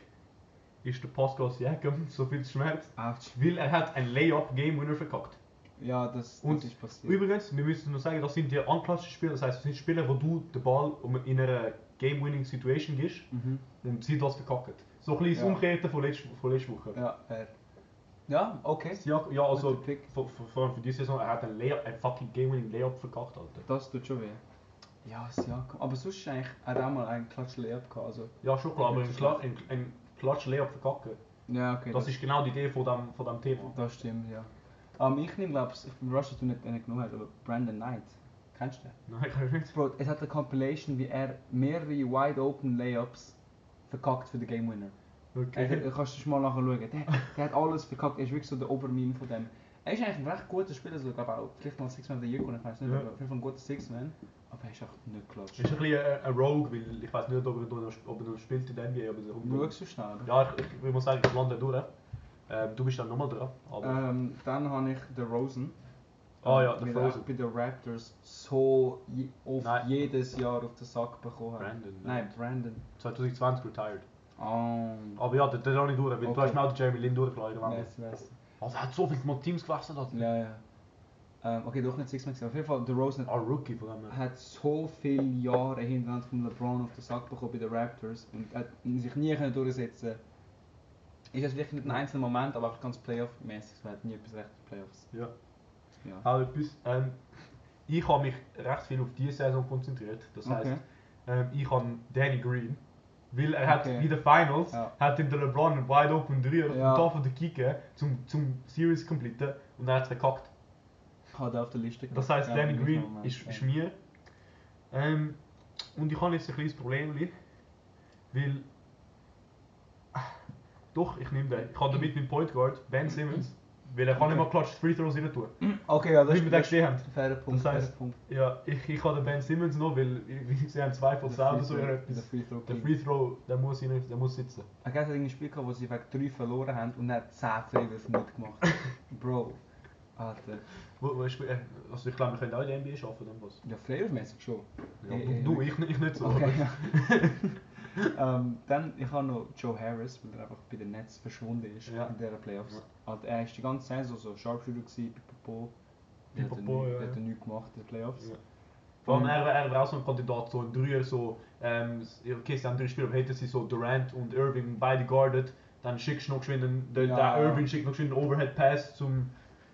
B: ist der Pascal Siakam, so viel schmerzt.
A: Autsch.
B: Weil er hat ein Layup Game Winner verkackt.
A: Ja, das,
B: Und
A: das ist passiert.
B: Übrigens, wir müssen nur sagen, das sind die unklassischen Spieler, das heißt, das sind Spieler, wo du den Ball um- in einer Game Winning Situation gibst
A: Mhm.
B: und sie das verkacken. So ein kleines
A: Ja.
B: Umkehrte von letzter, von letzter Woche.
A: Ja, fair. Ja, okay.
B: Siak- ja, also
A: Guter Pick.
B: vor, vor, vor allem für diese Saison, er hat ein, Layup, ein fucking Game Winning Layup verkackt, Alter.
A: Das tut schon weh. Ja, ist ja. Aber sonst ist eigentlich er hat auch mal einen klatsch Layup gehabt. Also.
B: Ja, schon klar, aber ein, Kla ein, ein Klatsch Layup verkacken,
A: Ja, okay.
B: das ist genau die Idee von dem, von dem Thema.
A: das stimmt, ja. Ähm, ich nehme, glaube ich, ich bin überrascht, dass du nicht einen genommen hast, aber eh, Brandon Knight. Kennst du den?
B: Nein, kann ich nicht.
A: Bro, es hat eine Compilation, wie er mehrere wide open Layups verkackt für den Game Winner. Also,
B: Okay.
A: du kannst das mal nachher schauen. Der, der hat alles verkackt, er ist wirklich so der Obermeme von dem. Er ist eigentlich ein recht guter Spieler, so, glaube auch vielleicht mal Six-Man of the Year, dus geworden, ich weiß nicht,
B: Ja.
A: aber auf jeden Fall ein guter Six-Man. Aber er ist echt nicht klatscht.
B: Er ist ein bisschen ein, ein Rogue, weil ich weiß nicht, ob er, noch, sp- ob er noch spielt in der NBA, aber
A: Schau
B: der
A: so schnell.
B: Ja, ich, ich, ich muss sagen, ich lande durch. Ähm, du bist dann nochmal dran. Aber,
A: Ähm, dann habe ich den Rosen.
B: Ah ja, der
A: Weil
B: Frozen.
A: er Bei den Raptors so je, oft
B: Nein.
A: jedes Jahr auf den Sack bekommen hat.
B: Brandon. Nein.
A: Nein, Brandon.
B: 2020 retired.
A: Oh.
B: Aber ja, den den habe ich durch, weil du
A: Okay.
B: hast mir auch den Jeremy Lin durchgeladen.
A: Nice, nice.
B: Also er hat so viel mal Teams gewechselt. Also.
A: Ja, ja. Ähm, okay, doch nicht six man Auf jeden Fall, der Rosen
B: Ein Ah, Rookie von dem. her.
A: hat so viele Jahre hintereinander von LeBron auf den Sack bekommen bei den Raptors und hat sich nie können durchsetzen Ist das vielleicht nicht ein einzelner Moment, aber einfach ganz Playoff-mäßig. Man hat nie etwas recht in den Playoffs.
B: Ja.
A: Ja.
B: Auch etwas. Ähm, ich habe mich recht viel auf diese Saison konzentriert. Das heisst,
A: Okay.
B: ähm, ich habe Danny Green. Weil er hat
A: Okay.
B: in den Finals
A: Ja.
B: hat ihm der LeBron einen wide open Dreier
A: Ja.
B: auf den Top von der Kicke zum, zum Series completen und er hat es verkackt.
A: Hat er auf der Liste
B: Das heisst,
A: Ja,
B: Danny
A: nicht
B: Green
A: mal Moment,
B: ist,
A: ja.
B: ist mir. Ähm, und ich habe jetzt ein kleines Problem, weil Doch, ich nehme den. Ich habe damit meinen Point Guard, Ben Simmons, weil er kann nicht mal klatscht Free Throws rein tun.
A: Okay, ja, das
B: Wie wir den gesehen haben.
A: fairer Punkt.
B: heißt-
A: fairer Punkt.
B: Ja, ich, ich habe den Ben Simmons noch, weil ich- sie haben zwei von selber so oder
A: Der
B: etwas.
A: Free Throw.
B: Der
A: King.
B: Free Throw, der muss, rein, der muss sitzen.
A: Ich hatte ein Spiel, gehabt, wo sie wegen 3 verloren haben und er hat 10 Freiwürfe nicht gemacht. Bro. Alter.
B: Wo, wo ist, äh, also ich glaube, wir können auch in der NBA arbeiten, dann was.
A: Ja, Freiwürfe-mäßig schon.
B: Ja,
A: Ja,
B: du,
A: ja,
B: du
A: ja.
B: ich, ich nicht so.
A: Äh, Okay. ähm, dann, ich habe noch Joe Harris, weil er einfach bei den Nets verschwunden ist
B: Ja.
A: in dieser Playoffs. Also, er ist die ganze Saison so Sharpshooter gewesen, Pipapo. Der hat er
B: Pipapo,
A: nie-
B: ja,
A: der hat
B: ja.
A: er nichts gemacht in den Playoffs.
B: Ja. Vor allem, er, er wäre auch so ein Kandidat, so ein Dreier, so, ähm, okay, sie haben drei Spieler, aber hätten sie so Durant und Irving beide guarded, dann schickst du noch geschwind einen, der,
A: Ja.
B: der Irving schickt noch geschwind einen Overhead Pass zum,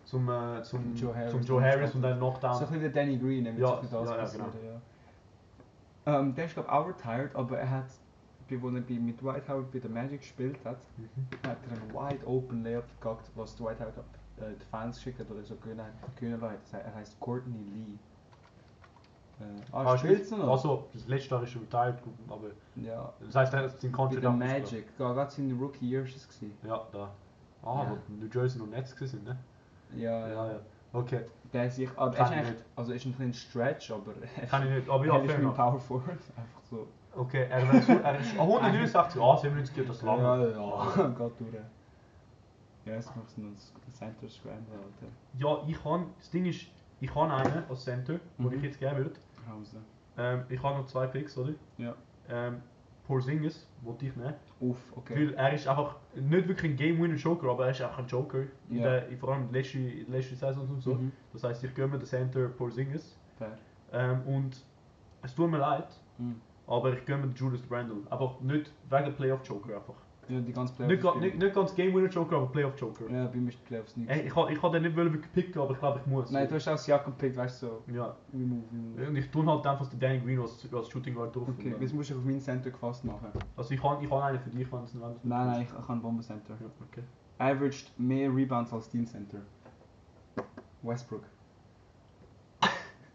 B: zum, äh,
A: Zum
B: zum,
A: Joe Harris.
B: zum Joe Harris und dann Knockdown.
A: So ein bisschen der Danny Green, wenn
B: Ja,
A: so viel das
B: ja, ja,
A: passiert, ja. Ähm, der ist glaube auch retired, aber er hat, bei- wo er bei, mit Dwight Howard bei der Magic gespielt hat,
B: Mhm.
A: hat er einen wide open Layup gekackt, was Dwight Howard äh, die Fans geschickt hat oder so können hat. Können Leute. Das he- Er heißt Courtney Lee. Äh, ah, spielst du noch?
B: Also, das letzte Jahr ist er retired, aber
A: ja,
B: das heisst, er hat seinen
A: bei
B: Contract
A: der
B: abgeschlossen.
A: Magic. Ja, gerade seine Rookie Years ist es.
B: Ja, da. Ah,
A: Ja.
B: wo New Jersey noch Nets gewesen sind, ne?
A: Ja, ja.
B: Okay,
A: Der ist sich, aber er
B: Kann
A: ist
B: ich
A: eigentlich, also ist ein bisschen ein Stretch, aber er
B: kann ich nicht, aber ja,
A: er
B: fair
A: ist mein
B: enough.
A: Power Forward. Einfach so.
B: Okay, er wäre so, er ist ah, 189, ah, 97 geht das lange.
A: Ja, ja, geht durch. Ja, jetzt machst du noch das Center Scramble, Alter.
B: Ja, ich kann. Das Ding ist, ich habe einen als Center, wo
A: Mhm.
B: ich jetzt geben würde.
A: Hause.
B: Ähm, ich habe noch zwei Picks, oder?
A: Ja.
B: Ähm, Porzingis wollte ich nehmen.
A: Uff, okay.
B: Weil er ist einfach nicht wirklich ein Game-Winner-Joker, aber er ist einfach ein Joker. eh, In
A: Ja.
B: der, in vor allem in der letzten, in der letzten Saison und so.
A: Mhm.
B: Das heisst, ich gehe mir den Center Porzingis.
A: Fair.
B: Ähm, und es tut mir leid,
A: Mhm.
B: aber ich gehe mir den Julius Randle. Aber nicht wegen Playoff-Joker einfach.
A: Ja, die ganze Playoffs.
B: Nicht, ga- nicht, nicht ganz Game-Winner-Joker, aber Playoff-Joker.
A: Ja, bei mir ist die Playoffs nicht.
B: Ey, Ich habe ich ha den nicht wirklich picken, aber ich glaube, ich muss.
A: Nein, du hast auch das Jacken gepickt, weißt du, so,
B: ja.
A: we move, we move.
B: Und ich tue halt einfach den Danny Green als, als Shooting Guard drauf.
A: Okay,
B: Und
A: jetzt
B: dann-
A: musst du auf mein Center gefasst machen.
B: also ich kann, ich kann einen für dich, wenn es wenn es-
A: Nein, nein, ich, ich habe Bomben Center.
B: Ja, okay.
A: Averaged mehr Rebounds als Dean Center. Westbrook.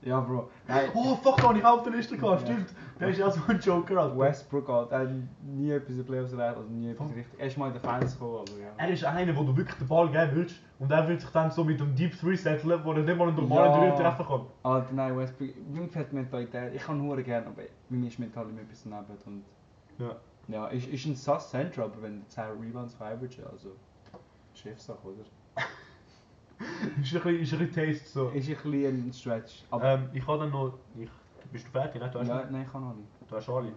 A: ja, Bro. Nein,
B: Oh fuck, da habe ich auch auf der Liste gehabt,
A: Ja.
B: stimmt. Der ist auch so ein Joker, Alter.
A: Westbrook hat er hat nie etwas in den Playoffs erreicht, also nie etwas
B: Fuck.
A: richtig. Er ist mal in den Fans gekommen, aber ja.
B: Er ist einer, wo du wirklich den Ball geben willst und er will sich dann so mit dem Deep 3 setteln, wo er nicht mal einen normalen
A: Ja.
B: Dreier treffen kann.
A: Alter, nein, Westbrook, mir gefällt die Mentalität. Ich kann hure gerne, aber bei mir ist mental immer ein bisschen daneben. Und
B: Ja.
A: ja, ist, ist ein sass Center, aber wenn du 10 Rebounds verabreicht, also Chefsache, oder?
B: ist, ein bisschen, ist ein bisschen Taste so.
A: Ist ein bisschen ein Stretch. Aber
B: Ähm, ich habe dann noch... Ich, bist du fertig, ne? Du hast,
A: ja, nein, ich kann auch nicht.
B: du hast alle.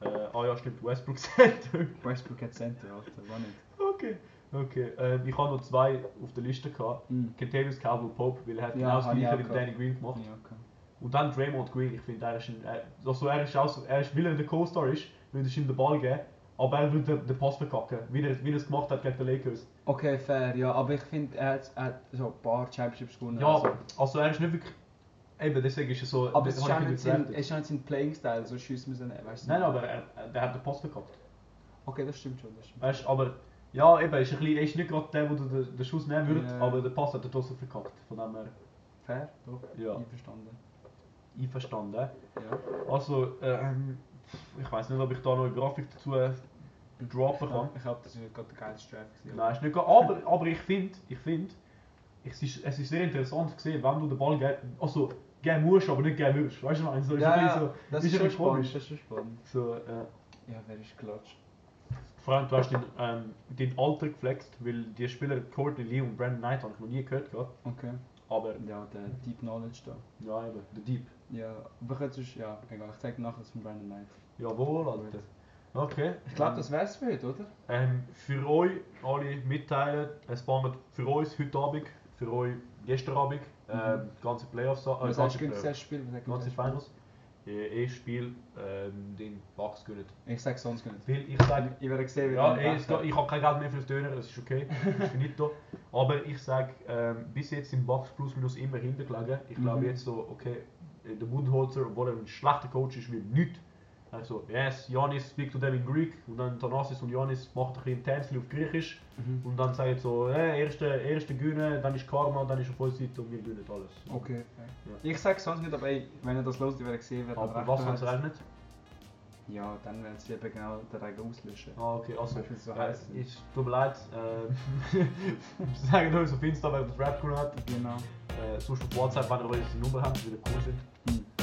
B: Äh, ah ja, stimmt, Westbrook Center.
A: Westbrook hat Center, Alter, war nicht.
B: okay. Okay, ähm, ich habe noch zwei auf der Liste gehabt.
A: Mhm.
B: Kentavious Cowboy Pope, weil er hat
A: Ja,
B: genau das
A: hab ich
B: gleiche
A: auch
B: wie der
A: gehört.
B: Danny Green gemacht.
A: Ja, okay.
B: Und dann Draymond Green, ich finde, er ist ein, er, also er ist auch so, er ist, weil er der Co-Star ist, würde ich ihm den Ball geben, aber er würde den, den Pass verkacken, wie er, wie er es gemacht hat gegen die Lakers.
A: okay, fair, ja, aber ich finde, er, hat- er hat so ein paar Championships gewonnen.
B: Ja,
A: also.
B: also er ist nicht wirklich, eben deswegen ist er so,
A: Aber
B: den
A: es ist
B: habe ich
A: auch
B: ihn
A: nicht sein,
B: gedraftet.
A: es ist auch nicht sein Playing-Style, so schiessen wir es nicht, weißt du?
B: Nein, aber er, er- der hat den Pass verkackt.
A: Okay, das stimmt schon, das stimmt.
B: Weißt, du, aber, ja eben, er ist, ein bisschen, er ist nicht gerade der, wo du den, den Schuss nehmen würdest,
A: Ja.
B: aber den Pass hat er trotzdem verkackt, von dem her,
A: Fair, doch,
B: Ja.
A: einverstanden.
B: einverstanden.
A: Ja.
B: Also, ähm, ich weiß nicht, ob ich da noch eine Grafik dazu äh, droppen kann.
A: Ich glaube, das war gerade der geilste Draft. gewesen.
B: Nein, ist nicht gar- aber, aber ich finde, ich find, es, ist, es ist sehr interessant zu sehen, wenn du den Ball ge also, geben musst, aber nicht geben willst. Weißt du, was ich meine? So, ist
A: ja,
B: ein
A: ja,
B: bisschen
A: das
B: ist
A: ist schon
B: ein bisschen
A: spannend.
B: komisch.
A: Das ist schon spannend.
B: So, so, äh,
A: Ja, wer ist klatscht?
B: vor allem, du hast den, ähm, den Alter geflext, weil die Spieler Courtney Lee und Brandon Knight habe ich noch nie gehört. Gehabt.
A: Okay.
B: Aber,
A: Ja, der Deep Knowledge da.
B: ja, eben, der Deep.
A: Ja, aber jetzt ist, ja, egal, ich zeig nachher das von Brandon Knight.
B: Jawohl, Alter. Okay.
A: Ich glaube,
B: ähm,
A: das wär's für heute, oder?
B: Ähm, für euch alle mitteilen, es fängt für uns heute Abend, für euch gestern Abend, ähm,
A: Mhm.
B: ganze Playoffs an. Äh,
A: Was
B: ganze
A: sagst du gegen das
B: Playoffs.
A: erste Spiel? Was sagst du
B: Ganze
A: gegen das erste
B: Finals. Äh, eh Spiel, ähm, den Bugs gönnen.
A: Spiel? Ich sag sonst nicht.
B: Weil ich sage,
A: Ich werde sehen, wie
B: ja,
A: der
B: eh,
A: Bach
B: es
A: hat.
B: geht- ich habe kein Geld mehr für das Döner, es ist okay, ist finito. Aber ich sage, ähm, bis jetzt sind Bugs plus minus immer hintergelegen. Ich glaube
A: Mhm.
B: jetzt so, okay, äh, der Budenholzer, obwohl er ein schlechter Coach ist, will nichts. Also, yes, Janis speak to them in Greek und dann Thanasis und Janis machen ein bisschen Tänzchen auf Griechisch
A: Mhm.
B: und dann sagen so, eh, erste, erste gewinnen, dann ist Karma, dann ist auf unsere Seite und wir gewinnen alles.
A: Okay. fair. Ich sag sonst nicht, aber ey, wenn ihr das hört, ich werde sehen, wer
B: Aber
A: recht
B: was, wenn
A: hat.
B: es regnet?
A: Ja, dann werden sie eben genau den Regen auslöschen.
B: Ah, okay, also.
A: Weil sie so
B: Äh,
A: heiß sind.
B: ich tut mir leid, äh, sagen uns auf Insta, wenn ihr das Rap cool hat.
A: Genau.
B: Äh, sonst auf WhatsApp, wenn ihr unsere Nummer habt, wieder cool sind.
A: Hm.
B: ne?
A: né?